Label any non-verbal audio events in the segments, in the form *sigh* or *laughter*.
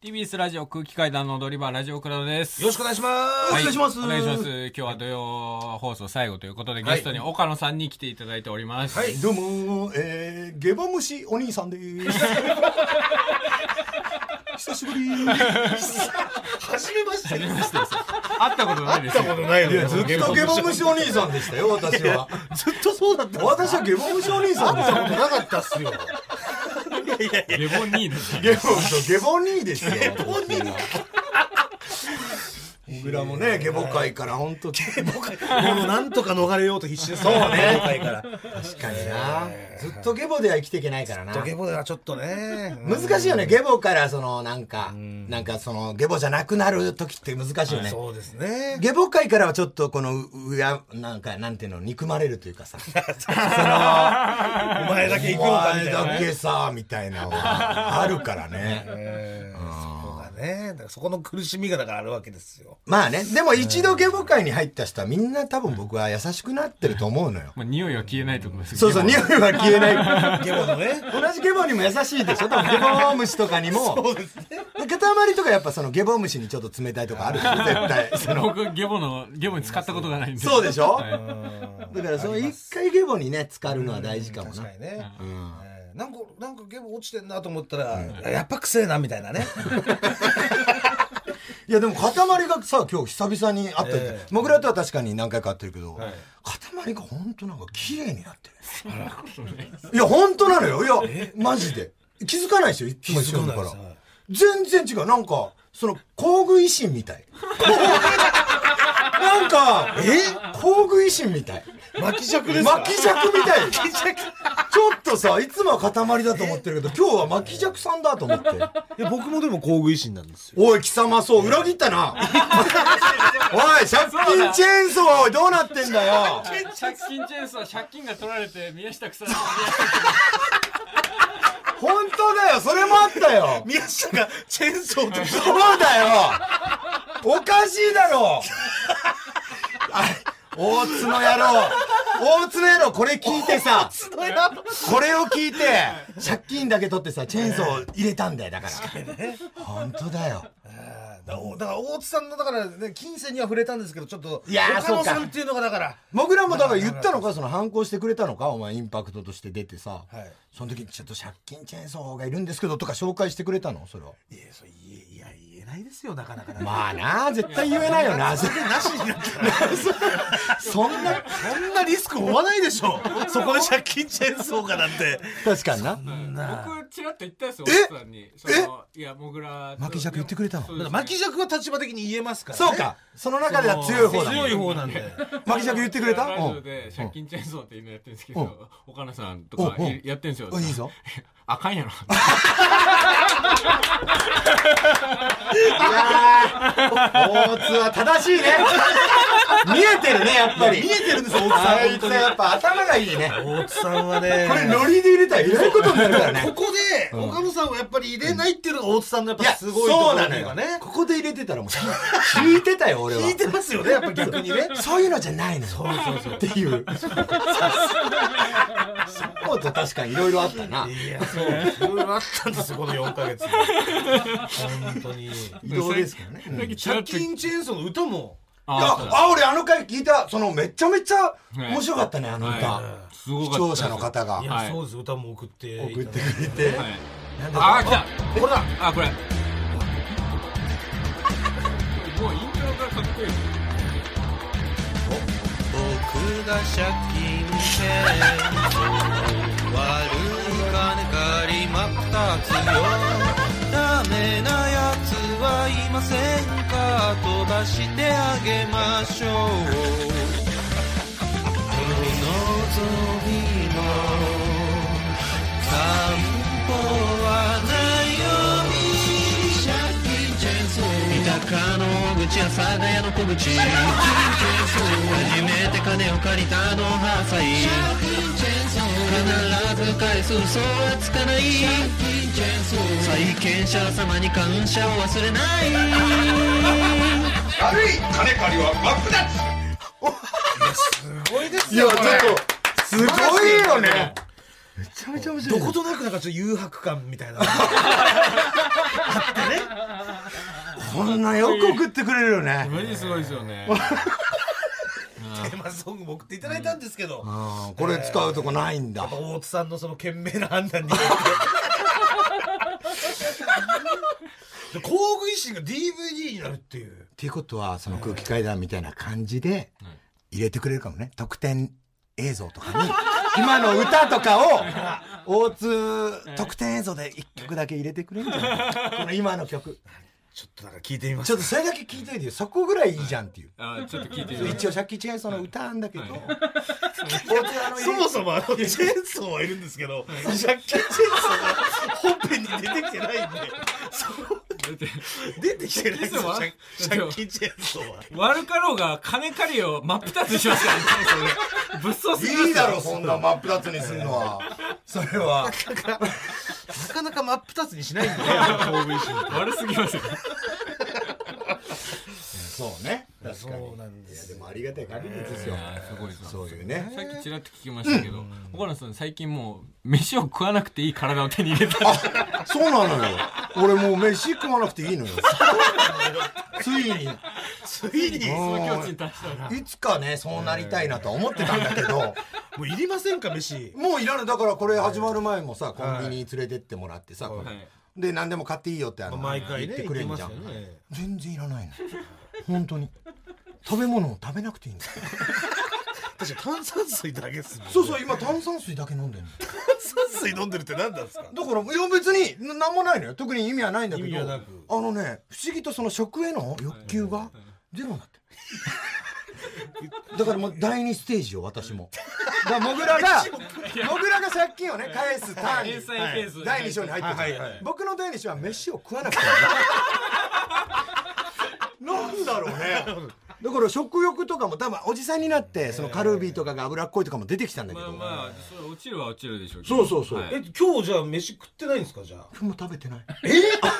TBS ラジオ空気階段の踊り場、ラジオクラウドです。よろしくお願いします。はお願いします。お願いします。今日は土曜放送最後ということで、ゲストに岡野さんに来ていただいております。はいどうも、えー、ゲバ虫お兄さんです。久しぶはじめり。まして。どうしてです会ったことないですよ。ないよいや、ずっとゲバ虫お兄さんでしたよ、私は。ずっとそうだった。私はゲバ虫お兄さんでし会ったたことなかったっすよ。ゲボニーです。ゲボ、嘘ゲボ兄ですよ。ゲボ兄小倉もね、ゲボ界から本当ゲボ界。もうなんとか逃れようと必死です。そうね。から。確かにな。ずっとゲボでは生きていけないからな。ゲボではちょっとね。難しいよね、ゲボからその、なんか、なんかその、ゲボじゃなくなる時って難しいよね。そうですね。下僕界からはちょっとこのううやなんかなんていうの憎まれるというか *laughs* さお前だけ行くおのかみたい前なね。だけさみたいなのはあるからねえーそこがね、だからそこの苦しみがだからあるわけですよ。まあねでも一度下僕界に入った人はみんな多分僕は優しくなってると思うのよまあ、匂いは消えないと思いますそうそうゲ匂いは消えないゲボのね。 *laughs* 同じゲボにも優しいでしょ多分ゲボ虫とかに *laughs* もそうですね。塊とかやっぱそのゲボ虫にちょっと冷たいとかあるでしょ *laughs* 絶対そボの僕、ゲボの、ゲボに使ったことがないんで。そうでしょはいだからその一回ゲボにね浸かるのは大事かも確なかにね。うんえーなんか、なんかゲボ落ちてんなと思ったら、やっぱくせえなみたい *laughs* なね。いやでも塊がさ今日久々に会ったじゃんえもぐらとは確かに何回か会ってるけど、い塊が本当なんか綺麗になってるいや本当なのよいやマジで気づかないでしょいつも一緒だから気づかない全然違うなんかその工具維新 *laughs* みたいなんかえ工具維新みたい巻き尺ですか巻き尺みたいちょっとさいつもは塊だと思ってるけど今日は巻き尺さんだと思っていや僕もでも工具維新なんですよ。おい貴様そう裏切ったなおい借金チェーンソーどうなってんだよ借金チェーンソー、借金が取られて、宮下草さん。本当だよそれもあったよ宮下がチェーンソーとそうだよおかしいだろあ大津の野郎大津の野郎これ聞いてさこれを聞いて借金だけ取ってさチェーンソー入れたんだよだから本当だよだからだから大津さんのだからね金銭には触れたんですけどちょっといやー岡そ野うかさんっていうのがだからもぐらもだから言ったのかその反抗してくれたのかお前インパクトとして出てさ、はいその時にちょっと借金チェーンソーがいるんですけどとか紹介してくれたのそれ *laughs* はいやそれ言えいや言えないですよなかなかあまあなあ絶対言えないよ *laughs* なそれなしになったら *laughs* そんなそんなリスク負わないでしょ *laughs* そこで借金チェーンソーがなんて確かにな僕、ちらっと言ったんですよ、奥さんに。そのいや、もぐらと。マキシャク言ってくれたのそうでだからすね巻き尺は立場的に言えますから、ね、そうかその中では強い方だ強い方なんでマキシャク言ってくれたラジうオんで借金チェーンソーっていうのやってるんですけうんど、岡野さんとかうんうんやってるんですよ。うんいいぞ。あかんやろ。いやー大津は正 *laughs* しいね見えてるねやっぱり見えてるんですよ大津さんあいつはやっぱ頭がいいね大津さんはねこれノリで入れたらえらいことになるからね *laughs* ここで岡野さんはやっぱり入れないっていうのが大津さんのやっいぱや、すごいとこそうろなとのいうかよね。ここで入れてたらもう、聞いてたよ、俺は。聞いて *laughs* ますよねやっぱ逆にねそういうのじゃないのよ。そうそうそう。っていう。そうと確かにいろいろあったな。いや、そう、いろいろあったんですよ、この4ヶ月。本当に。移動ですからね。うん借金チェーンソーの歌も、あ、あ俺あの回聞いた、そのめちゃめちゃ面白かったね、あの歌。はいすごか視った聴者の方がいや、はいそうです、歌も送っていただい。送っててくれて。はいなんだあー来たこれだあこれもうイントロからかっこいい僕が借金して悪い金借りまったつよダメなやつはいませんか飛ばしてあげましょうお望みの散歩はないように借金チェーンソー三鷹の口や佐賀屋の小口借金チェーンソー初めて金を借りたのはさい借金チェーンソー必ず返す嘘はつかない借金チェーンソー債権者様に感謝を忘れない悪い金借りは真っ二つすごいですいや、よ。ちょっこれと、すごいよね。めちゃめちゃ面白 *laughs* どことなくなんかちょっと誘惑感みたいな。あってね。んなよく送ってくれるよね。マジすごいですよ *laughs* ね。テーマソングも送っていただいたんですけど、やっうん、これ使うとこないんだぱ。大津さんのその賢明な判断によ *laughs* って。工具維新が DVD になるっていう。っていうことは、その空気階段みたいな感じで、入れてくれるかもね。特典映像とかに、 *laughs* 今の歌と *laughs* かを、大津特典映像で一曲だけ入れてくれるんじゃ *laughs* ないこの今の曲。ちょっとだから聞いてみまちすょっ。とそれだけ聞いといてよ。そこぐらいいいじゃんっていう。あちょっと聞いてみます一応、シャッキーチェーンソーの歌なんだけど、大津あのそもそもあのチェーンソーはいるんですけど、ジャッキーチェーンソーが本編に出てきてないんで、だって出てきてないんですいつよも、はジャッジャッキーチェーンソーは。悪かろうが金借りを真っ二つにしますからね、 *laughs* それ物騒すぎますよいいだろ、そんな真っ二つにするの *laughs* は。それは。なかなか真っ二つにしないんで、工具維新って。悪すぎ *laughs* ますよ。そうね。確かに。そうなんでいや、すでよ。もありがたい限りですよ。すごいですそういうね。さっきちらっと聞きましたけど、岡野さん最近もう、飯を食わなくていい体を手に入れた。そうなのよ。俺もう飯食わなくていい *laughs* のよ。ついに、ついに、うもんその境地に達したら。いつかね、そうなりたいなとは思ってたんだけど、ういりませんか、飯。もういらない。だからこれ始まる前もさ、コンビニに連れてってもらってさ、はいはいで、何でも買っていいよってあの、毎回言ね、って行くっれてんまじすゃよん。ね。全然いらないの。本当に。食べ物を食べなくていいんだよ。確か炭酸水だけっすもんねそうそう、今炭酸水だけ飲んでるの。炭酸水飲んでるって何なんですかだから、いや別に、ななんもないのよ。特に意味はないんだけど。意味はなくあのね、不思議とその食への欲求がゼロになってる。だからもう第二ステージよ、私も。だから、モグラが、モグラが借金をね、返すターン天に、才フェーズ。第二章に入ってる、はいはいはい僕の第二章は飯を食わなくていい。なんだろうね。だから食欲とかも多分おじさんになって、そのカルビーとかが脂っこいとかも出てきたんだけまあど。まあ、それ落ちるは落ちるでしょうけそどうそうそう。はいえ今日じゃあ飯食ってないんですかじゃあ僕も食べてない。絶今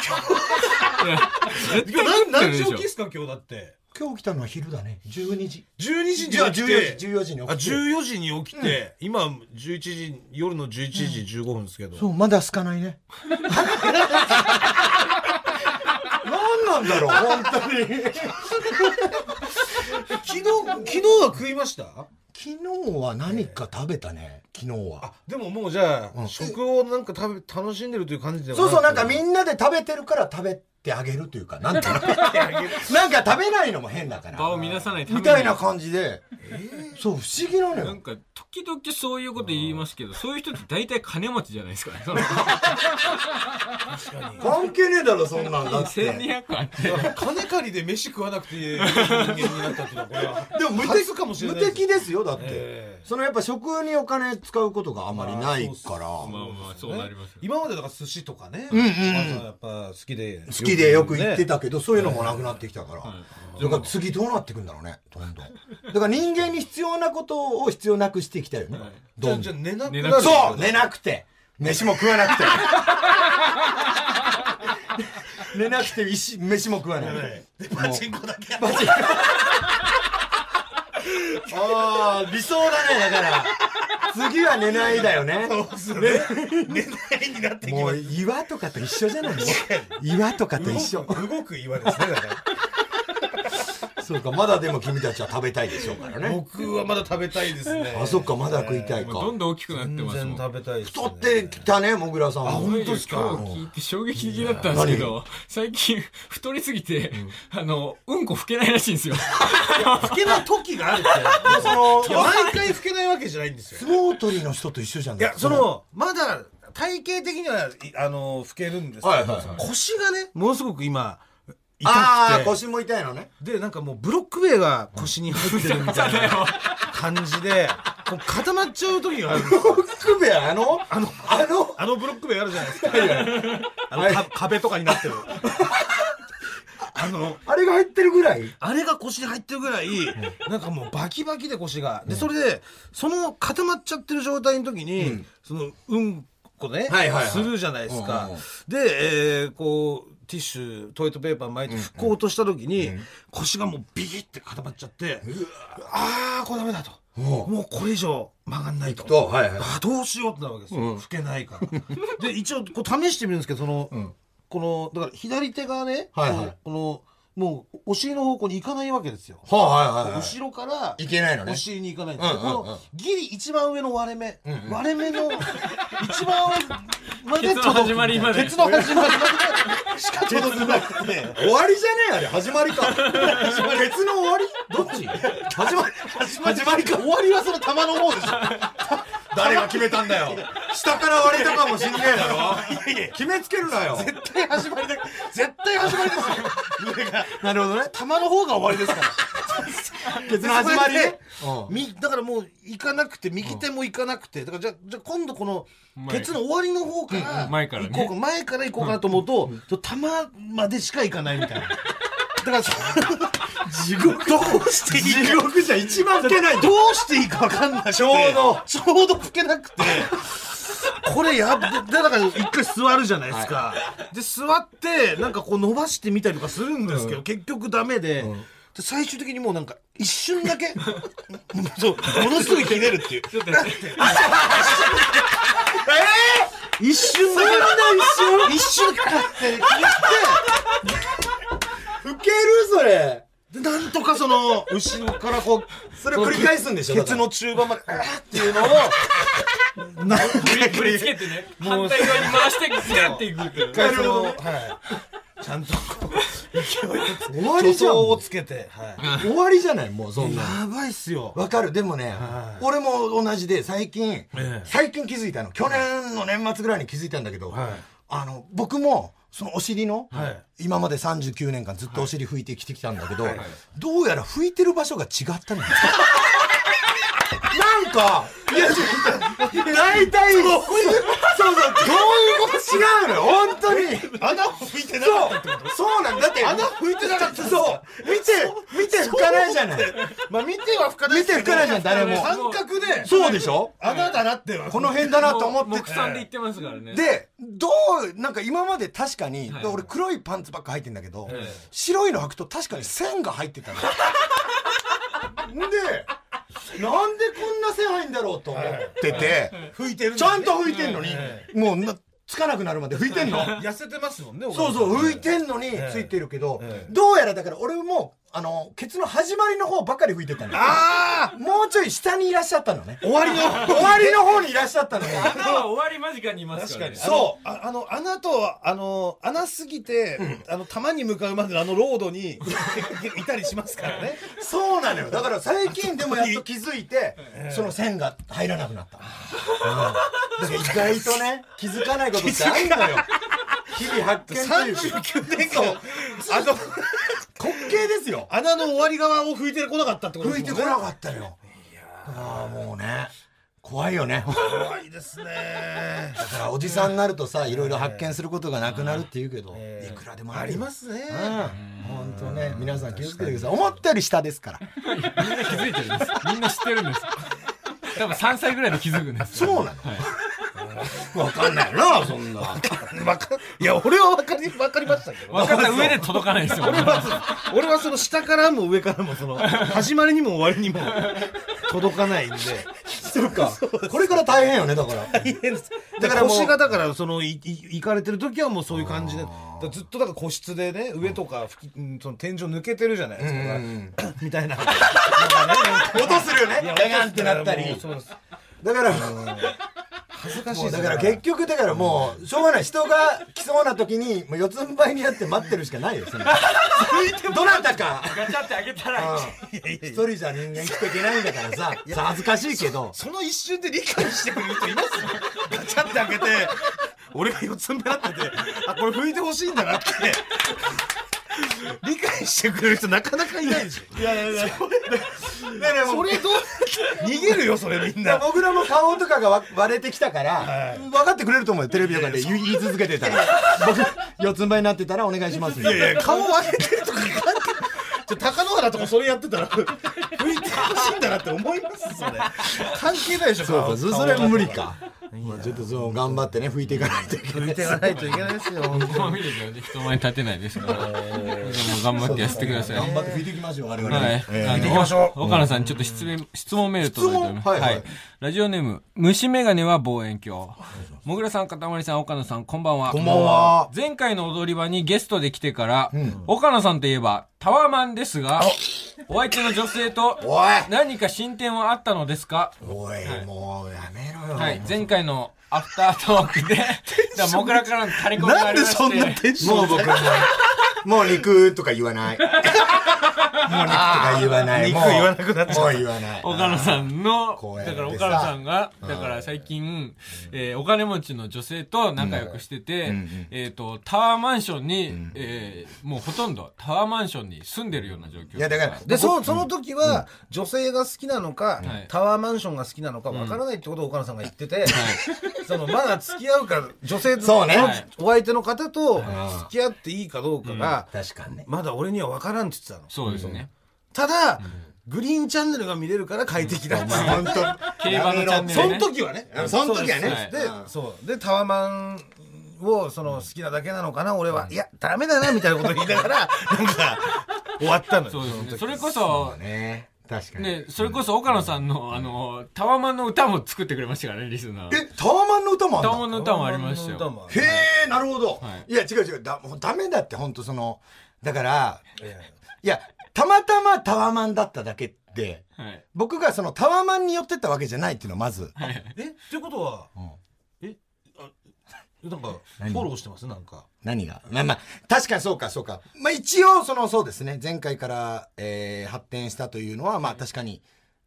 対日食って何るでし時起きょですか今日だって今日起きたのは昼だね。12時。 12時にじゃあ起きて14時、14時にあ起きて。 14時に起きて、今11時夜の11時15分ですけど、そう、まだ空かないね。何なんだろう、本当に。昨日昨日は食いました昨日は何か食べたね、昨日は。あでももうじゃあ、うん食をなんか食べ楽しんでるという感じではそうそう、なんかみなんなで食べてるから食べてあげるというか、なんていうのなんか食べないのも変だか場をら。乱さないためみに。たいな感じで。そう、不思議なのなよん。か、時々そういうこと言いますけど、そういう人って大体金持ちじゃないですか。その関係ねえだろ、そんなんだ *laughs* って。 1200あって。 *laughs* 金借りで飯食わなくていい人間になったっていうのはこれはでも無初かもし敵れ無ないです敵ですよ、だって。ええそのやっぱ食にお金使うことがあまりないから。まあまあ、そうなりますよ。今までだから寿司とかね、んうんまあやっぱ好きで好きでよく行ってねたけど、そういうのもなくなってきたから。だから次どうなっていくんだろうね、どんどん。だから人間に必要なことを必要なくしていきたいよね。じどゃあんじどゃあん。寝なく寝ななくるなるそう寝なくて飯も食わ *laughs* なくて寝なくて飯飯も食わない。でパチンコだけやっバチああ、理想だね、だから。次は寝ないだよね。寝ないになってきもまうす岩とかと一緒じゃないの岩とかと一緒。動く岩ですねだかそうか、まだでも君たちは食べたいでしょうかららね。僕はまだ食べたいですねあ、そっか、まだ食いたいか。どんどん大きくなって全ますも然ん。食べたいです、ね、太ってきたね、もぐらさん。あ、本当ですか今日聞いて衝撃的だったんですけど、最近太りすぎて、あの、うんこ吹けないらしいんですよ。老けない時があるって *laughs* その、いや毎回老けないわけじゃないんですよ相撲取りの人と一緒じゃん。いやそ、のまだ体型的にはいあの老けるんですけど、はいはいはい腰がねものすごく今痛くてああ、腰も痛いのね。でなんかもうブロック塀が腰に入ってるみ *laughs* たいな感じでこう固まっちゃう時があるんです *laughs* よ福部あの、あの、あの、あのブロック塀あるじゃないですか。あの、か壁とかにな *laughs* ってる。あの、あれが入ってるぐらい。あれが腰に入ってるぐらい、なんかもうバキバキで腰が。で、それで、その固まっちゃってる状態の時に、その、うんこね、はいはいはいするじゃないですか。うんうんで、えーこう、ティッシュ、トイレットペーパー巻いて拭こうとした時に、腰がもうビキって固まっちゃって、あー、これダメだと。うんもうこれ以上曲がんないと。と、はいはい。あどうしようってなるわけですよ、老けないからで一応こう試してみるんですけどその、このだから左手がね、はいはいこのもうお尻の方向に行かないわけですよ、はあ、はいはいはい。後ろからいけないのねお。尻に行かないんですよ、うんうんうんこのギリ一番上の割れ目、んうん割れ目の一番上までケツの始まりまでケツの始まりまでしか届かなくて終わりじゃねえあれ、始まりか。 *laughs* 別の終わりどっち始まり、始まりか。終わりはその玉の方でしょ誰が決めたんだよ。下から割れたかもしんねえだろ。決めつけるなよ。絶対始まりだ絶対始まりですよなるほどね。玉の方が終わりですから別の始まりね。うんみだからもう行かなくて右手も行かなくてだからじゃじゃあ今度この前ケツの終わりの方からうん前からね行こうか前から行こうかなと思うとちょ玉までしか行かないみたいなだからそ *laughs* 地獄どうしていい地獄じゃ一番吹けないんだどうしていいか分かんなくてちょうどちょうど吹けなくてこれやっだから一回座るじゃないですか、で座ってなんかこう伸ばしてみたりとかするんですけど、結局ダメで,、で最終的にもうなんか一瞬だけ *laughs* そうものすごいひねるっていうちょっと待って一瞬だけ一瞬一瞬だけパッてひね吹けるそれ。ってでなんとかその *laughs* 後ろからこうそれ *laughs* 繰り返すんでしょケツの中盤まであーっていうのを *laughs* なんか振りつけてね反対側に回してグッていくっていう回その、はい、ちゃんとこう勢いをつ終わりじゃん助走をつけて、は終わりじゃないもうそい、んなの。やばいっすよわかる。でもね、はい俺も同じで、最近、ええ最近気づいたの。去年の年末ぐらいに気づいたんだけど、はいあの、僕も、そのお尻の、はい今まで39年間ずっとお尻拭いてきてきたんだけど、どうやら拭いてる場所が違ったのよなんか、いや、大体、そうそう、どういうこと違うのよ、本当に。穴を拭いてなかそうそうなんだだって穴拭いてなかったそう見て見て拭かないじゃないまあ見ては深田見て拭かないじゃん誰も感覚でそうでしょ穴だなってはこの辺だなと思もうっ目てて算で言ってますからねでどうなんか今まで確かに、はい俺黒いパンツばっか入ってんだけど、ええ白いの履くと確かに線が入ってたのんでなんでこんな線入んだろうと思ってて、拭いてるのねちゃんと拭いてんのに、えもうなつかなくなるまで拭いてんの痩せてますもんねそうそうお母さん浮いてんのにええついてるけど、ええどうやらだから俺もあのケツの始まりの方ばっかり吹いてたのあもうちょい下にいらっしゃったのねあ終わりの終わりの方にいらっしゃったの *laughs* ね穴は終わり間近にいます確かからにねそうああの穴とあの穴すぎて、あの玉に向かうまでのあのロードに *laughs* いたりしますからねそうなのよだから最近でもやっと気づいて、その線が入らなくなった、うんだから意外とね気づかないことってあるのよ日々発見というか39年間あの滑稽ですよ穴の終わり側を拭いてこなかったってこと吹いですてもんこなかったのよああもうね怖いよね怖いですねだからおじさんになるとさいろいろ発見することがなくなるって言うけど、いくらでもあありりまますすね本当ね皆さん気をつけてください思ったより下ですからみんな気づいてるんですみんな知ってるんです多分3歳ぐらいで気づくんですそうなの分かんないよなそんなわかいや俺は分かり分かりましたけど分かった上で届かないですよ俺は俺はその下からも上からも *laughs* その始まりにも終わりにも届かないんでそうかこれから大変よねだから大変ですだだかかららもう腰がだからそのいい行かれてる時はもうそういう感じでだからずっとだから個室でね上とか吹きうんその天井抜けてるじゃないですか、みたいな *laughs* なんかね音するよなねんかガガンってなったりもうそうですだから恥ずかしいもでうすだから結局だからもうしょうがない人が来そうな時にもう四つん這いになって待ってるしかないよそのどなたかガチャって開けたら一人じゃ人間来ていけないんだからささ恥ずかしいけどその一瞬で理解してくれる人いますガチャって開けて、俺が四つ目なってて、あ、これ拭いてほしいんだなって。理解してくれる人なかなかいないでしょ。いやいやいや、それどう、逃げるよ、それみんだなか。ら僕らも顔とかがわ割れてきたから、分かってくれると思うよテレビとかで言い言い続けてたら僕四つん這いになってたらお願いしますいやいや、顔を上げてるとか関係ちょ高野原とかそれやってたら拭いてほしいんだなって思いますそれ関係ないでしょそうか、それは無理か。いまあちょっとそう頑張ってね、拭いていかないといけない。拭いていかないといけないですよ本当にまみれじゃ人前に立てないですから。でも頑張ってやってください。頑張って拭いていきましょう、我々。はい。えあの聞いていきましょう岡野さん、ちょっと質問、質問メール届いております。質問はいはいラジオネーム、虫眼鏡は望遠鏡。もぐらさん、かたまりさん、岡野さん、こんばんは。こんばんは。前回の踊り場にゲストで来てから、岡野さんといえば、タワマンですが、お相手の女性とおい何か進展はあったのですかおい、もうやめろよ。はい。前回のアフタートークで、だからもぐらからのタレコミがなあんりでまして。そんなテンションもう僕もう、 *laughs* もう肉とか言わない。もう肉とか言わない。肉もう言わなくなっちゃったもう言わない。岡野さんの公、園でださから岡野さんが、だから最近、えーお金持ちの女性と仲良くしてて、えっと、タワーマンションに、えーもうほとんどタワーマンションに住んでるような状況。いや、だから、でそその時は、女性が好きなのか、はいタワーマンションが好きなのかわからないってことを岡野さんが言ってて、そのまだ付き合うか女性とそうねのお相手の方と付き合っていいかどうかが、確かにね。まだ俺には分からんって言ってたのそうですね。ただ、グリーンチャンネルが見れるから快適だって、まあ *laughs* 本当競馬のチャンネルやねめろその時はね。その時ははねい。でそうでタワマンをその好きなだけなのかな俺は、いやダメだなみたいなこと言いながらなんか終わったのよそうですね。の時それこそ、ね。確かに。ね、それこそ岡野さんの、あの、タワマンの歌も作ってくれましたからね、リスナー。え、タワマンの歌もあんタワのマンの歌もありましたタワマよ。ンの歌もあるへえ、なるほどはい。いや、違う違う。だもうダメだって、本当その、だから、いや、たまたまタワマンだっただけって、はい。僕がそのタワマンに寄ってったわけじゃないっていうのはまず。えってことは、えあなんかフォローしてますなんか何がまあまあ、確かにそうか、そうか。まあ一応、その、そうですね。前回から、えー、発展したというのは、まあ確かに、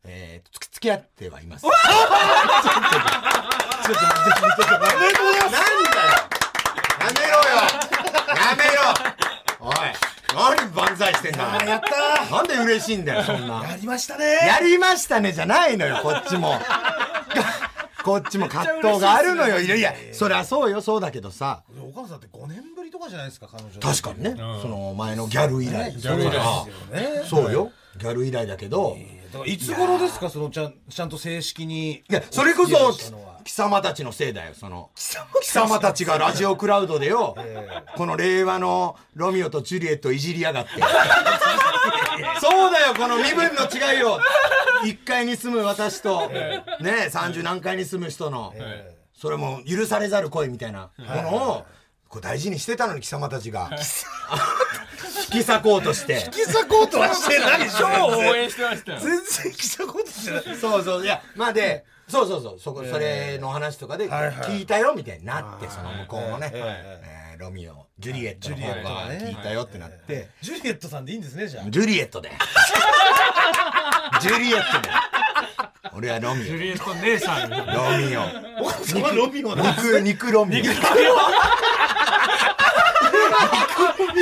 えー、つ付き合ってはいます。ちょっと、ちょっと、ちょっと、やめろよなんだよやめろよやめろおい何万歳してんだやったなんで嬉しいんだよ、そんな。りましたねやりましたねじゃないのよ、こっち *laughs* も。こっちも葛藤があるのよ。いやいや、そりゃそうよ、そうだけどさ。お母さんって5年ぶりとかじゃないですか彼女確かにね、その前のギャル以来。ギャル以来そですうよねそうよ、ギャル以来だけど。だからいつ頃ですかそのちゃんちゃんと正式にいや、それこおそ付き合いしたのは、貴様たちのせいだよ、その。貴様たちがラジオクラウドでよ、この令和のロミオとジュリエットいじり *laughs* やがって。そうだよ、この身分の違いを。1階に住む私と、ね、30何階に住む人の、それも許されざる恋みたいなものを、こう大事にしてたのに貴様たちが。 *laughs* 引き裂こうとして。キサコートはしてないでしょ超応援してましたよ。全然キサコートしてないそうそういやまあでそうそうそうそこそれの話とかではいはい聞いたよみたいになってその向こうもねえええーロミオジュリエットの方がジュリエットがね聞いたよってなってジュリエットさんでいいんですねじゃあジュリエットでジュリエットで俺はロミジュリエット姉さんに。オロミオお母さんはロミオだ肉肉ロミオ肉ロミオ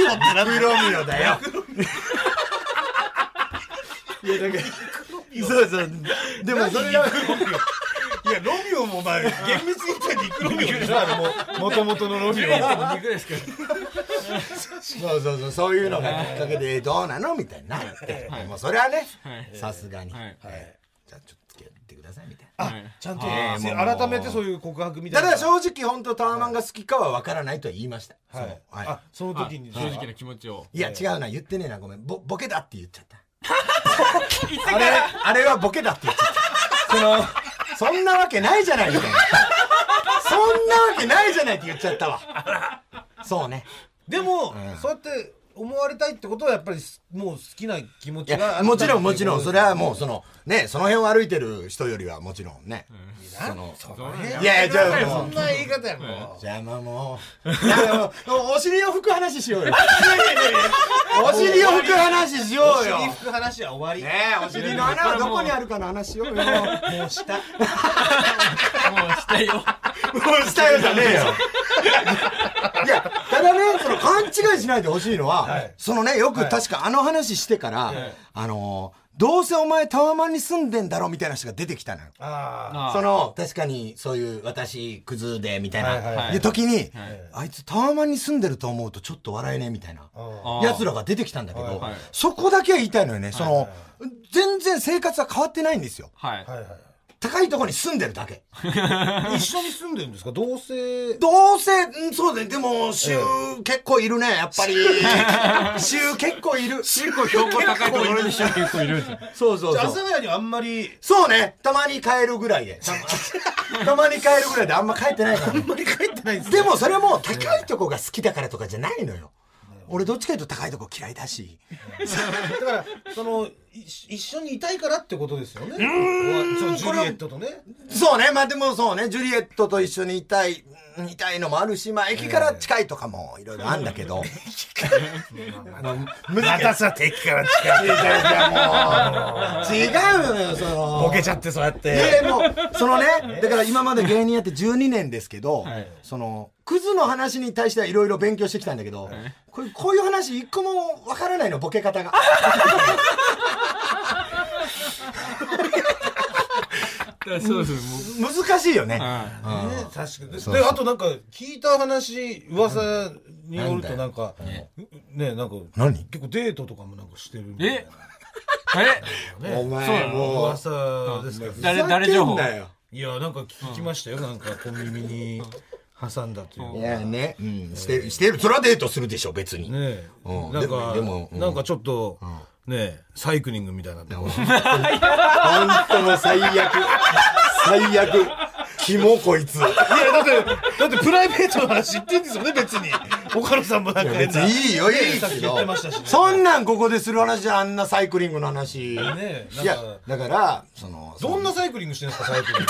ってなんだ肉ロミオだよいやだからそうそうでもそれがいやロミオもまあ厳密に言ったら肉ロミオでしょあれももともとのロミジュオリエットの肉ですけど。そうそうそう、そういうのがきっかけで、どうなのみたいになって。もうそれはねはい、さすがに。はいえーじゃあちょっと付き合ってください、みたいな。はいちゃんとあーせもう改めてそういう告白みたたいなだ正直、本当タワマンが好きかは分からないとは言いました。そはのいはいあその時に正直な気持ちを。いや、違うな、言ってねえな、ごめん。ぼボケだって言っちゃった。 *laughs* あれ、あれはボケだって言っちゃった。その、そんなわけないじゃない、みたいな。そんなわけないじゃないって言っちゃったわ。そうね。でも、そうやって思われたいってことはやっぱりすもう好きな気持いちがや、もちろん、もちろん、それはもう、その、ね、その辺を歩いてる人よりは、もちろんね。そのそのいやいや、じゃあそもんう。な言い方やもう邪魔もう。いやもうお尻を拭く話しようよ。お尻を拭く話しよおう尻よ。拭く話は終わねえ、お尻の穴はどこにあるかの話しようよ。もうした。ももうしたよ。うしたよじゃねえよ。いや、ただね、その勘違いしないでほしいのは、そのね、よく確かあの話してから、あのーどうせお前タワマンに住んでんだろみたいな人が出てきたのよ。ああその、確かにそういう私、クズで、みたいな、はいはいはいで時に、あいつタワマンに住んでると思うとちょっと笑えねえみたいな、あー奴らが出てきたんだけど、はいはいそこだけは言いたいのよね。その、全然生活は変わってないんですよ。はいあ。はいはい。高いところに住んでるだけ。一緒に住んでるんですか同棲どうせ、うんそうだね。でも、週、結構いるね、やっ *laughs* ぱり。週結構いる。結構標高高いところに人結構いるんですよ。 *laughs* そうそうじゃあ阿そ佐う。ヶ谷にはあんまりそうね。たまに帰るぐらいで。たま *laughs* たまに帰るぐらいであんま帰ってないから。あんまり帰ってないんですねでもそれはもう高いとこが好きだからとかじゃないのよ。俺どっちかというと高いとこ嫌いだし。だからそのい一緒にいたいからってことですよねうんそのジュリエットとねそうね。まあでもそうね。ジュリエットと一緒にいたい、うんいたいのもあるし、まあ駅から近いとかもいろいろあんだけ *laughs* ど。またさ敵から近いいやいやもう違うのよ、その。ボケちゃってそうやっいやていやもうそのねだから今まで芸人やって12年ですけど、そのクズの話に対してはいろいろ勉強してきたんだけど、これこういう話一個もわからないのボケ *laughs* 方がそうです。難しいよね、はね確かにであとなんか聞いた話噂によるとなんかねなんか何結構デートとかもなんかしてるみい。たいええなねそおうな前のもう噂ですから誰誰情報ふざけんなよいやなんか聞きましたよなんか小耳に挟んだといういやね、うん、してしてるそれはデートするでしょ別に、ねえ、うんなんかでもでもうんなんかちょっと、ねえサイクリングみたいになっ *laughs* て本当もう最悪最悪キモこいついいやだって *laughs* だってプライベートの話言ってんですよね別 *laughs* に岡野さんもなんかや変別なにいいよいねえいさっきけ言どってましたしねそんなんここでする話じゃあんなサイクリングの話ねえいなんやかだからそのどんなサイクリングしてるんですかサイクリンイ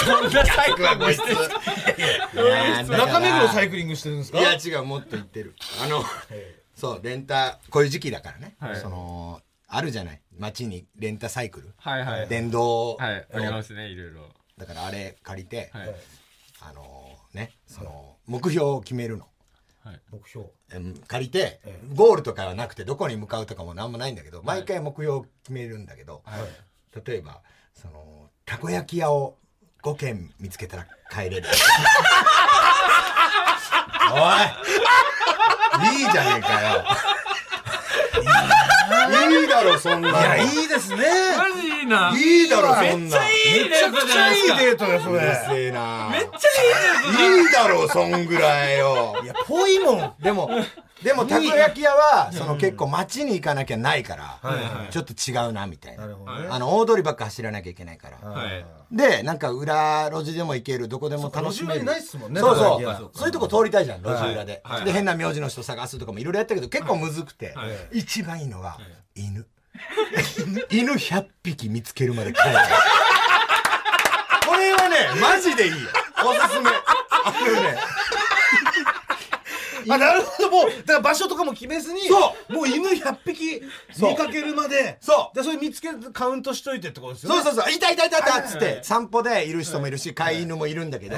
クはこいつ。グ *laughs* 中目黒サイイクリングしてるんですクかいや違う、もっと言ってる。あの、そう、レンタ、こういう時期だからね。はいその、あるじゃない。街にレンタサイクル。はいはい。電動。はい。ありますね、いろいろ。だからあれ借りて、はい。あのね、その、目標を決めるの。目標うん借りて、ゴールとかはなくて、どこに向かうとかもなんもないんだけど、毎回目標を決めるんだけど、例えば、その、たこ焼き屋を5軒見つけたら帰れる。おいいいじゃねえかよ。いいだろ、そんなの。いいやいいですねマジいいな。めっいいだろ、そんなちの。ゃくめっちゃいいデートよそうるれせえな。めっちゃいいいいだろ、そんぐらいよ。いやぽいもんはでも、でも、たこ焼き屋は、その結構街に行かなきゃないから、ちょっと違うな、みたいな。なるほどねあの、大通りばっか走らなきゃいけないから。はい。で、なんか裏路地でも行ける、どこでも楽し路地める。裏にないっすもんねそうたこそ焼き屋そうう。そういうとこ通りたいじゃん、路地裏で。はいで、変な名字の人探すとかもいろいろやったけど、結構むずくて。一番いいのが、犬。 *laughs* 犬100匹見つけるまで帰る。 *laughs* これはね、マジでいいよ。おすすめ。あのね。あなるほどもうだから場所とかも決めずにそもう犬100匹そう見かけるまでそうでそれ見つけてカウントしといてってことですよねそうそうそう、いたいたいたいたっつって、散歩でいる人もいるし、飼い犬もいるんだけど、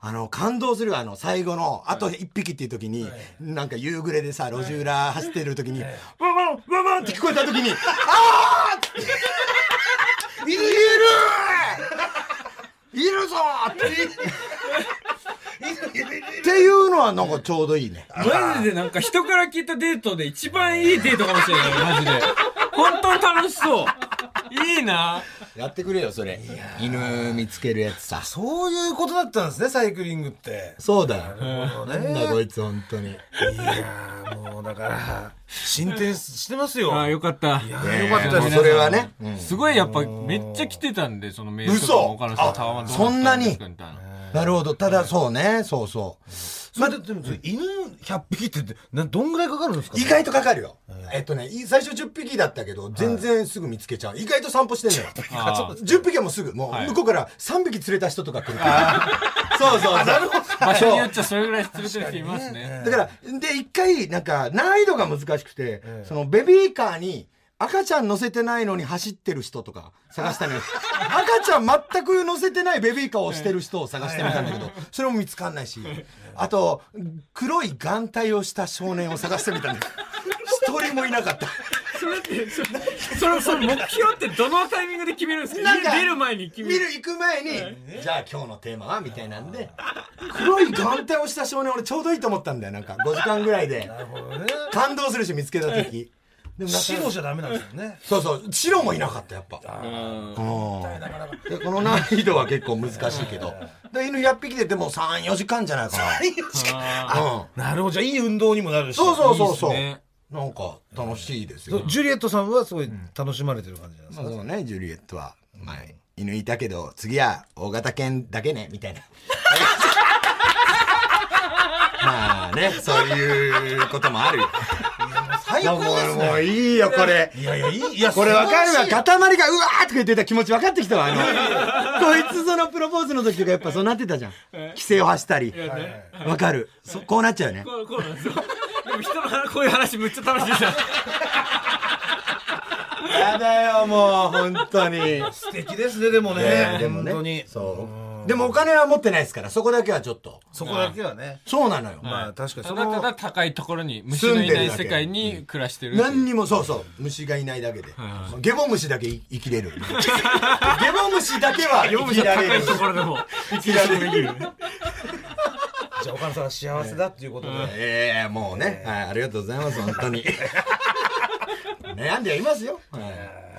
あの、感動するよあの、最後の、あと一匹っていう時に、なんか夕暮れでさ、路地裏走ってる時に、ワンワンワンワンって聞こえた時に、あーって、いるいるいるぞーって。っていうのはなんかちょうどいいね。マジでなんか人から聞いたデートで一番いいデートかもしれない、マジで。本当に楽しそう。いいな。やってくれよ、それ。犬見つけるやつさ。そういうことだったんですねサイクリングってそうだよ。なんだこいつ、本当に。いやーもうだから進展してますよああ、よかった。ねえよかったですそれはね。うんすごいやっぱめっちゃ来てたんで、そのメールとか嘘も岡野さん、タワマンどうったですかみたいな。なるほど。ただ、そうね。そうそう。それででもそれ犬100匹ってなどんぐらいかかるんですか意外とかかるよ。えっとね、い最初10匹だったけど、全然すぐ見つけちゃう。意外と散歩してんのよ。あー10匹はもうすぐ、もいう向こうから3匹連れた人とか来るから。そうそうそう。場所によっそうちゃそれぐらい連れてる人いますね。だから、で、一回、なんか、難易度が難しくて、そのベビーカーに、赤ちゃん乗せてないのに走ってる人とか探したの *laughs* よ。赤ちゃん全く乗せてないベビーカーをしてる人を探してみたんだけど、それも見つかんないし、あと、黒い眼帯をした少年を探してみたんだけど、一人もいなかった。それって、そその、その目標ってどのタイミングで決めるんですかなんか出る前に決め見る。る行く前に、じゃあ今日のテーマはみたいなんで、黒い眼帯をした少年俺ちょうどいいと思ったんだよ、なんか。5時間ぐらいで。なるほどね。感動するし、見つけた時。でもなかなか白じゃダメなんですよね。そうそう、白もいなかった、やっぱ。うんでこの難易度は結構難しいけど。で犬100匹ででも3、4時間じゃないかな。うん。なるほど。じゃあいい運動にもなるし。そうそうそうそう。いいっすねなんか楽しいですそよう。。ジュリエットさんはすごい楽しまれてる感じなんですまかあそうね、ジュリエットは。まあ、犬いたけど、次は大型犬だけね、みたい *laughs* な。まあね、そういうこともあるよ。最高です、もういいよ、これ。いやいや、いい。いや、これわかるわ、素晴らし塊がうわーとか言ってた気持ち分かってきたわ、あの。こいつそのプロポーズの時とかやっぱそうなってたじゃん。規制を発したり。いやねわかる。そこうなっちゃうよね。こうこうなんですよ。でも人の話こういう話むっちゃ楽しいですよ。やだよ、もう、本当に。い素敵ですね、でもね。でも本当にね。。そう。でもお金は持ってないですから、そこだけはちょっと。そこだけはね。そうなのよ。まあ確かにたそだたのだ高いところに虫のいない世界に暮らしてるっていう。何にもそうそう虫がいないだけで、ゲボ虫だけい生きれるゲボ虫だけは読生むき人ら高れるいところでも。生きられるじゃあ岡野さんは幸せだっていうことでええもうね、はい、ありがとうございます本当に *laughs* 悩んではいますよ、はい、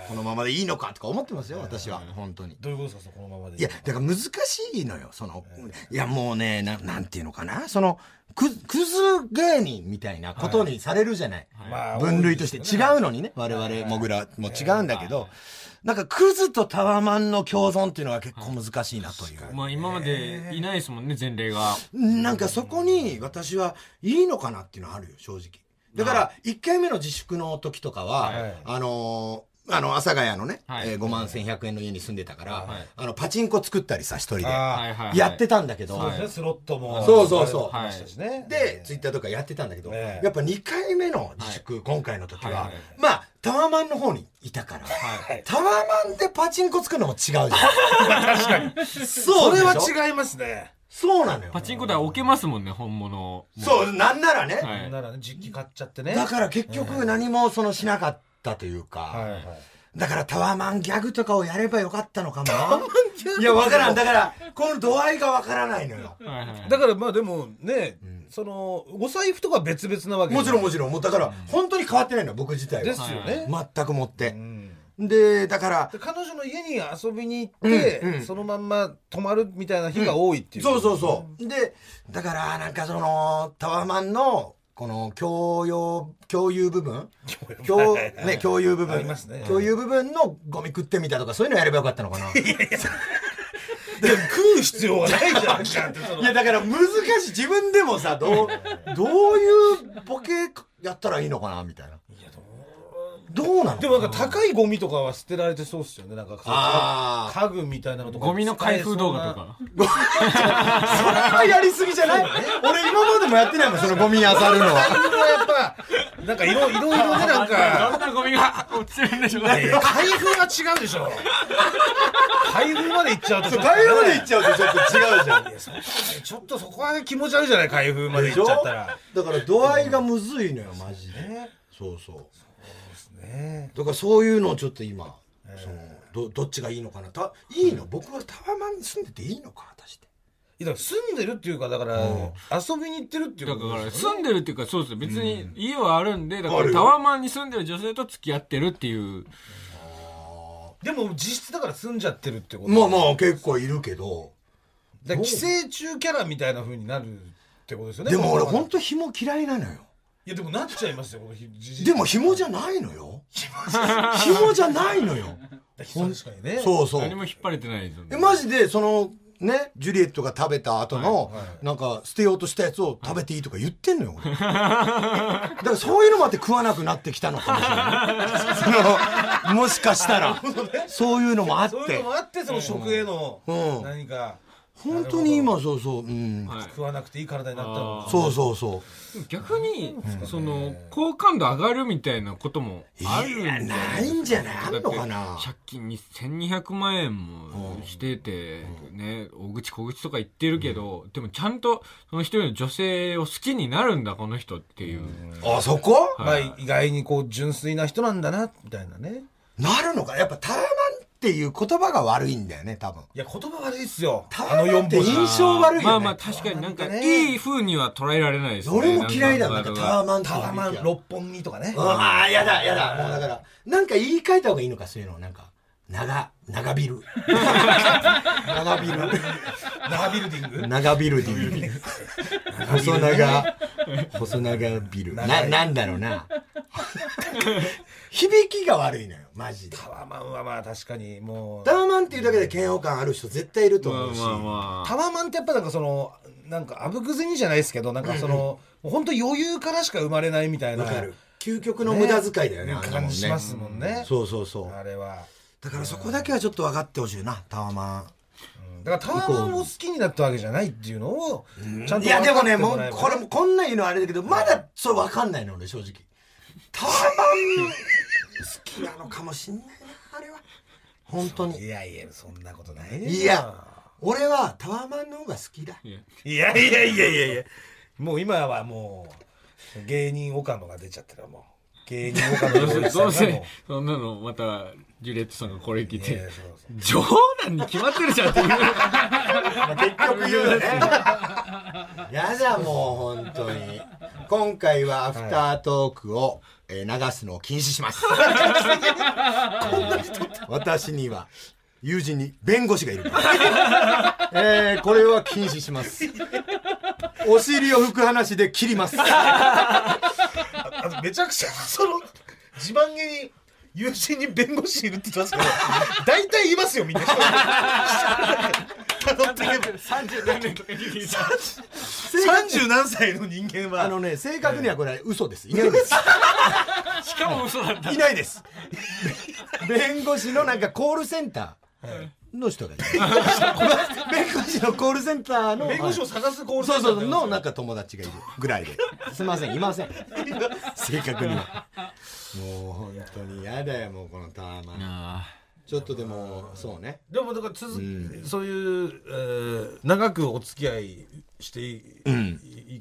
このままでいいのかとか思ってますよ私は本当にどういうことですかこのままでいやだから難しいのよそのいやもうねななんていうのかなそのクズクズ芸人みたいなことにされるじゃない、まあ分類として違うのにね我々モグラも違うんだけど、なんかクズとタワマンの共存っていうのが結構難しいなという、まあ今までいないですもんね、前例が。なんかそこに私はいいのかなっていうのはあるよ正直だから1回目の自粛の時とかは、はいあのーあの、阿佐ヶ谷のね、はいえー5万1100円の家に住んでたから、はいあの、パチンコ作ったりさ、一人で。あはいはいはい。やってたんだけど、そうですねスロットもそうそうそうありましたしねで、ツイッターとかやってたんだけど、ええやっぱ2回目の自粛、今回の時は、はいはいまあ、タワマンの方にいたから、はいタワマンでパチンコ作るのも違うじゃん。確かにそそうれはでしょ違いますねそうなのよパ。チンコでは置けますもんね、本物を。そう、なんならね、は。ないんならね実機買っちゃってねだから結局何もそのしなかったというか、はいはいだからタワマンギャグとかをやればよかったのかも。いや、わからん。だから、この度合いがわからないのよ。はいはいだからまあでもねそのお財布とかは別々なわけもちろんももちろん。もうだから、本当に変わってないのよ、僕自体は。ですよね全くもってう。んで、だから、で彼女の家に遊びに行って、うんうんそのまんま泊まるみたいな日が多いっていう、そうそうそう。で、だから、なんかその、タワマンの、この、共用、共有部分共、ね、共有部あ分りますね。共有部分のゴミ食ってみたとか、そういうのやればよかったのかな。いで食う必要がないじゃんじゃんって *laughs* そのや、だから難しい。自分でもさ、ど *laughs* う、どういうボケやったらいいのかな、みたいな。どうなのでもなんか高いゴミとかは捨てられてそうっすよねなんかあー家具みたいなのとかゴミの開封動画とか。それはやりすぎじゃない *laughs* 俺今までもやってないもん、そのゴミ漁るの *laughs* は。これはやっぱなんかいろいろいろねなんかどんなゴミが落ちてるんでしょうか。開封は違うでしょ開封まで行っちゃうとそう台風で行っちゃうとちょっと違うじゃん。ちょっとそこは気持ち悪いじゃない開封まで行っちゃったらだから度合いがむずいのよマジで、そうそうねだからそういうのをちょっと今、そのどどっちがいいのかなたいいの、僕はタワマンに住んでていいのか果たしてえだから住んでるっていうかだから遊びに行ってるっていうだこかとらですよね *laughs* 住んでるっていうかそうですよ別に家はあるんでだかあるらよタワマンに住んでる女性と付き合ってるっていうでも実質だから住んじゃってるってことまあまあ結構いるけどだから寄生虫キャラみたいな風になるってことですよねでも俺この本当紐嫌いなのよいやでもなっちゃいますよこのひじじでも紐じゃないのよ紐じゃないのよ確かにねうそうそう何も引っ張れてないですよえねマジでそのねジュリエットが食べた後の、なんか捨てようとしたやつを食べていいとか言ってんのよ、俺だからそういうのもあって食わなくなってきたのかもしれないそのもしかしたらそういうのもあってそういうのもあってその食へのうん何か本当に今そうそう、うん、はい食わなくていい体になったのかそうそうそう逆に、その好感度上がるみたいなこともあるんじゃなないいんじゃないあんのかだなって借金に1200万円もしてて、ね、大口小口とか言ってるけど、でもちゃんとその一人の女性を好きになるんだ、この人っていう。あそこまあ意外にこう純粋な人なんだなみたいなねなるのかやっぱタワマンっていう言葉が悪いんだよね多分いや言葉悪いっすよタあワのマンっ4て文字印象悪いよねまあまあ確かになんか、いい風には捉えられないですね。俺も嫌いだななんんかかこタれワはマンとタかワマン六本木とかねああやだやだもうだからなんか言い換えた方がいいのかそういうのなんか長長ビル長ビル長ビルディング長ビルディング細長細長ビルななんだろうな響きが悪いのよマジでタワマンはまあ確かにもうタワマンっていうだけで嫌悪感ある人絶対いると思うし、まあまあタワマンってやっぱなんかそのなんかあぶく銭じゃないですけどなんかその、もう本当余裕からしか生まれないみたいなわかる究極の無駄遣いだよねあんなもん感ねじしますもんね、そうそうそうあれはだからそこだけはちょっと分かってほしいなタワマだからタワマンを好きになったわけじゃないっていうのをちゃんンといやでもね分かもっうてらえばこれもこんなん言うのはあれだけどまだそう分かんないの俺正直タワマン好きなのかもしんないなあれは本当にいやいやそんなことないですよいや俺はタワマンの方が好きだいやいやいやいやいやいやもう今はもう芸人岡野が出ちゃってるもう芸人岡ど野うせ、のどうおじさんがもせ、そんなの、また、ジュレットさんがこれ聞いういやいてや、そうそう冗談に決まってるじゃん *laughs* っていう。結局言うよねやだもう本当に今回はアフタートークを、えー流すのを禁止します私には友人に弁護士がいるから、えーこれは禁止しますお尻を拭く話で切ります *laughs* あとめちゃくちゃその自慢げに友人に弁護士いるって言ってますけど大体いますよみんな人辿っていけば30何年とか聞いた。 30何歳の人間はあのね正確にはこれは嘘ですいないですしかも嘘だった。いないです。弁護士のなんかコールセンターの人がいる。弁護士のコールセンターの。弁護士を探すコールそうそうそう、ののなんか友達がいるぐらいで。すいません、いません。正確には。もう本当に嫌だよ、もうこのタワマン。ちょっとでも、そうね。でもだから続、そういう、えー長くお付き合いしてい,、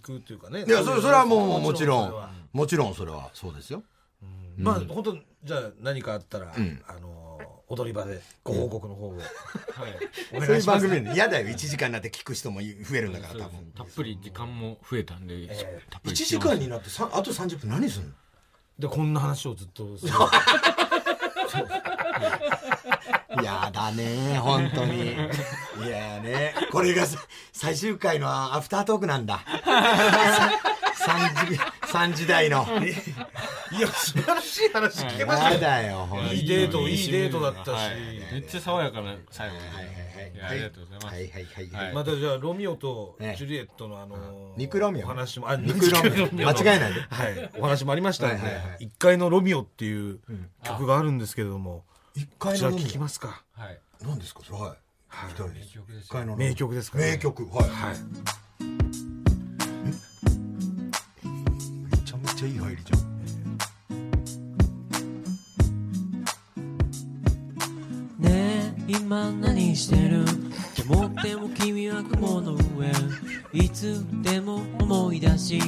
くというかねいや、それそれはもうもちろそれんは、もちろんそれはそうですよ。まあ本当じゃあ何かあったら、あの踊り場でご報告の方を、はいおそう願いいうしま番す組なんで嫌だよ、1時間になって聞く人も増えるんだから、多分。たっぷり時間も増えたんで、たっぷ1り時間になってさあと30分何すんのでこんな話をずっと *laughs* するやだね本当 *laughs* に。いやねこれがさ最終回のアフタートークなん *laughs* だ。三時、三時台の。いや素晴らしい話聞けましたやよだよ、ほんといに。いデートいいデートだったし、めっちゃ爽やかな最後でいやありがとうございます。はいはいはいははいい。またじゃあロミオとねジュリエットのあのーニクロミオお話もあニクロミオの間違えないではいお話もありましたんはでいはいはい一階のロミオっていう曲があるんですけれども一こ回ちのら飲み聞きますかはい。何ですかそれはい。一人です。曲です一回の飲み名曲ですからね名曲。はい。はいめちゃめちゃいい入りじゃん。ねえ今何してるでもでも君は雲の上いつでも思い出し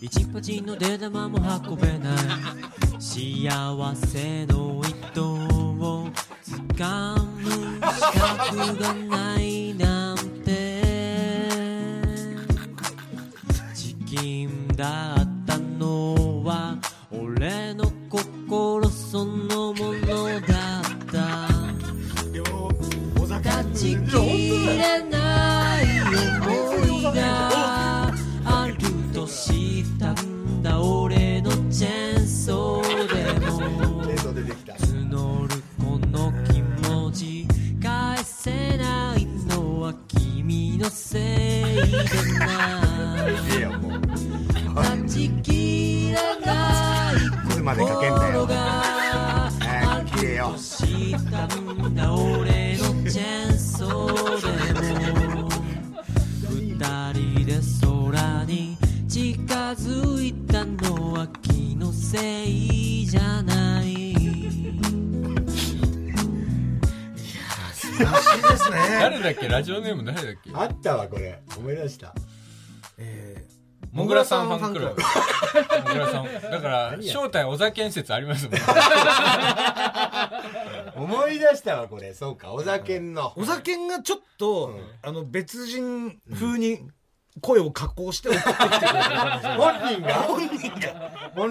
一パチの出玉も運べない幸せの糸を掴む資格がないなんてチキンだったのは俺の心そのものだった断ち切れない思いがあるとしたんだ俺のチェーンソーでも映像出てきた。募るこの気持ち返せないのは君のせいでないいいよもう。断ち切れないこれ *laughs* までかけんだ心よ。が早く切れよ。したんだ俺のチェーンソーでも生じゃないらしいですね *laughs* 誰だっけラジオネーム誰だっけあったわこれ思い出したえもぐらさんファンクラブ。もぐらさん。だから、正体小沢建設ありますもんね。思い出したわこれそうか小酒のー、お酒がちょっと、あの別人風に声を加工して送ってきてくれた可能性本人が本人が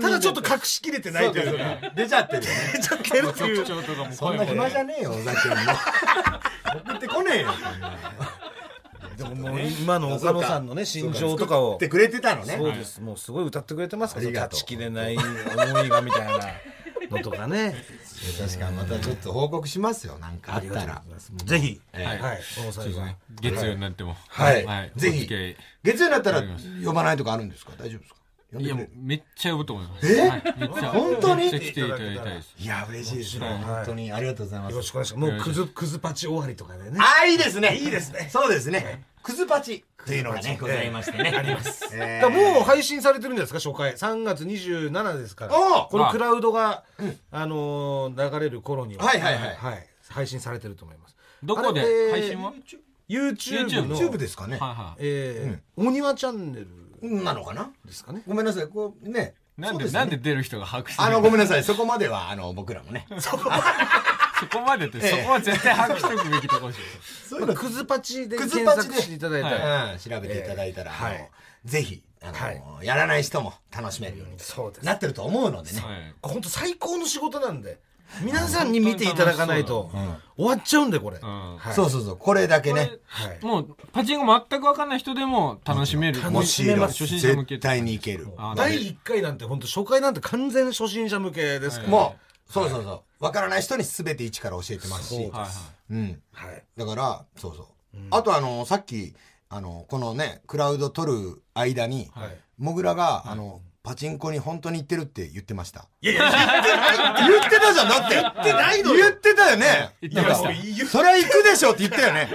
ただちょっと隠しきれてないというかが出ちゃってるよね出ちゃってるっていう局長とかもそ声んなも暇じゃねえよ小酒も送ってこねえよそんなでももう今の岡野さんのね心情とか送をってくれてたのねそうです、もうすごい歌ってくれてますからありがと断うち切れない思いがみたいなのとかね確かにまたちょっと報告しますよなんかあったらぜひ、えはい、この際は月曜になっても。はいぜぜひひ。月曜になったら呼ばないとかあるんですか大丈夫ですか呼んいでや、くもれうるめっちゃ呼ぶと思います。えはいめっちゃ本当にめっちゃ来ていただきたいです。いや嬉しいですねはい本当にありがとうございまよろすしくお願いしますもうクズクズパチ終わりとかでねああいいですねいいですねそうですねクズパチというのがねございましてねありますだからもう配信されてるんじゃないですか初回3月27ですからおうこのクラウドが、あのー流れる頃にははいはいはい配信されてると思いますどこであれ配信は YouTube の YouTube ですかねはいはい。えーお庭チャンネルなのかなですかねごめんなさいこうねなんそうで、すねなんで出る人が把握してあるのごめんなさいそこまではあの僕らもねそこまでって、そこは絶対把握しておくべきところですそういうのクズパチでクズ検パチで索していただいたら、うん調べていただいたら、えーあのはいぜひあの、はいやらない人も楽しめるようにそうですなってると思うのでねよ。はい。本当最高の仕事なんで皆さんに見ていただかないとん終わっちゃうんでこれ、んはいそうそうそうこれだけねはいもう、パチンコ全くわかんない人でも楽しめる。もちろん初心者向け絶。対にいけるあの第1回なんて本当初回なんて完全初心者向けですから、もうそうそうそう分からない人に全て一から教えてますしそうはいはい。うん、はいだからそうそう、あとあのさっきあのこのねクラウド取る間に、はいもぐらが、あのパチンコに本当に行ってるって言ってましたいやいや言ってない言ってたじゃんだって言ってないのよ言ってたよね言ってましたなんかそりゃ行くでしょって言ったよね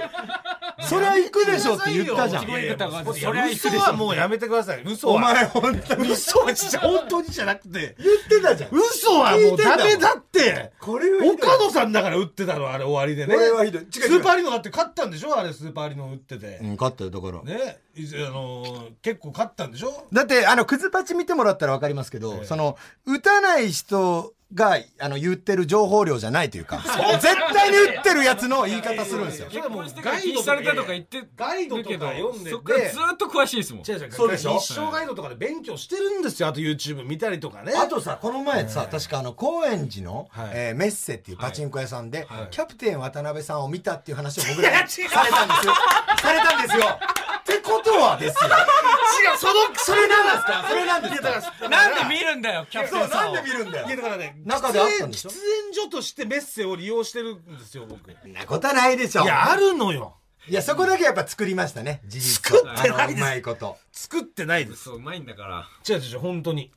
そりゃ行くでしょって言ったじゃんいやいやもうそれは嘘はもうやめてください嘘おは前本当に嘘はちっちゃ本当にじゃなくて言ってたじゃん嘘はもうダメだってこれはひどい岡野さんだから打ってたのあれ終わりでねこれはひどい違う違うスーパーアリノだって勝ったんでしょあれスーパーアリノ打ってて、うん勝ったよだからねいずあのー結構勝ったんでしょだってあのクズパチ見てもらったら分かりますけど、その打たない人があの言ってる情報量じゃないというか絶対に打ってるやつの言い方するんですよそれはもうガイドされたとか言ってるけどガイドとか読んでてそっからずーっと詳しいですもん違う違うそうでしょ一生ガイドとかで勉強してるんですよあと YouTube 見たりとかねあとさこの前さ、確かあの高円寺の、はいえーメッセっていうパチンコ屋さんで、はいキャプテン渡辺さんを見たっていう話を僕らにされたんですよされたんですよってことはですよ違うそのそれなんですかそれなんですかなんで見るんだよ、キャプそテうンなさんんをで。見るんだよいやだからね中であったんでしょ喫煙所としてメッセを利用してるんですよ僕いそんなことはないでしょやあるのよいやそこだけやっぱ作りましたね事実を作ってないですあのうまいこと作ってないですそう、うまいんだから。違う違う違う本当に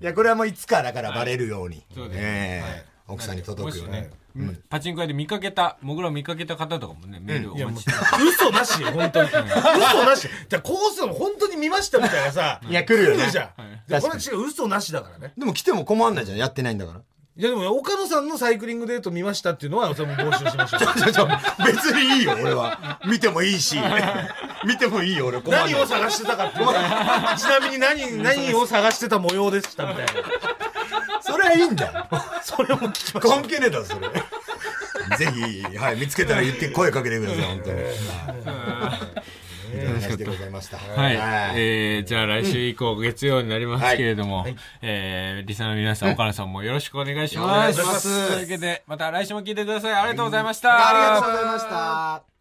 いやこれはもういつかだからバレるように、そうですええ奥さんにも届くしように、ね、うんパチンコ屋で見かけた、もぐらを見かけた方とかもね、メールおいやも待ちうしてます。嘘なしよ本当に *laughs* 嘘なしじゃあコースの本当に見ましたみたいなさいや来るよね来るじゃんはいでこれ違う嘘なしだからねでも来ても困んないじゃんやってないんだからいやでも岡野さんのサイクリングデート見ましたっていうのはそれも募集しま *laughs* しょう別にいいよ俺は見てもいいし見てもいいよ俺困んない何を探してたかっていうのはちなみに何何を探してた模様でしたみたいなそれはいいんだよそれも聞きま関係ねえだろそれぜひ、はい、見つけたら言って声かけてください本当にはい楽しでございましたはい。はいえー、じゃあ来週以降、月曜になりますけれども、えー、リスナーの皆さん、岡野さんもよろしくお願いします。お願いしますというわけで、また来週も聞いてください。ありがとうございました。ありがとうございました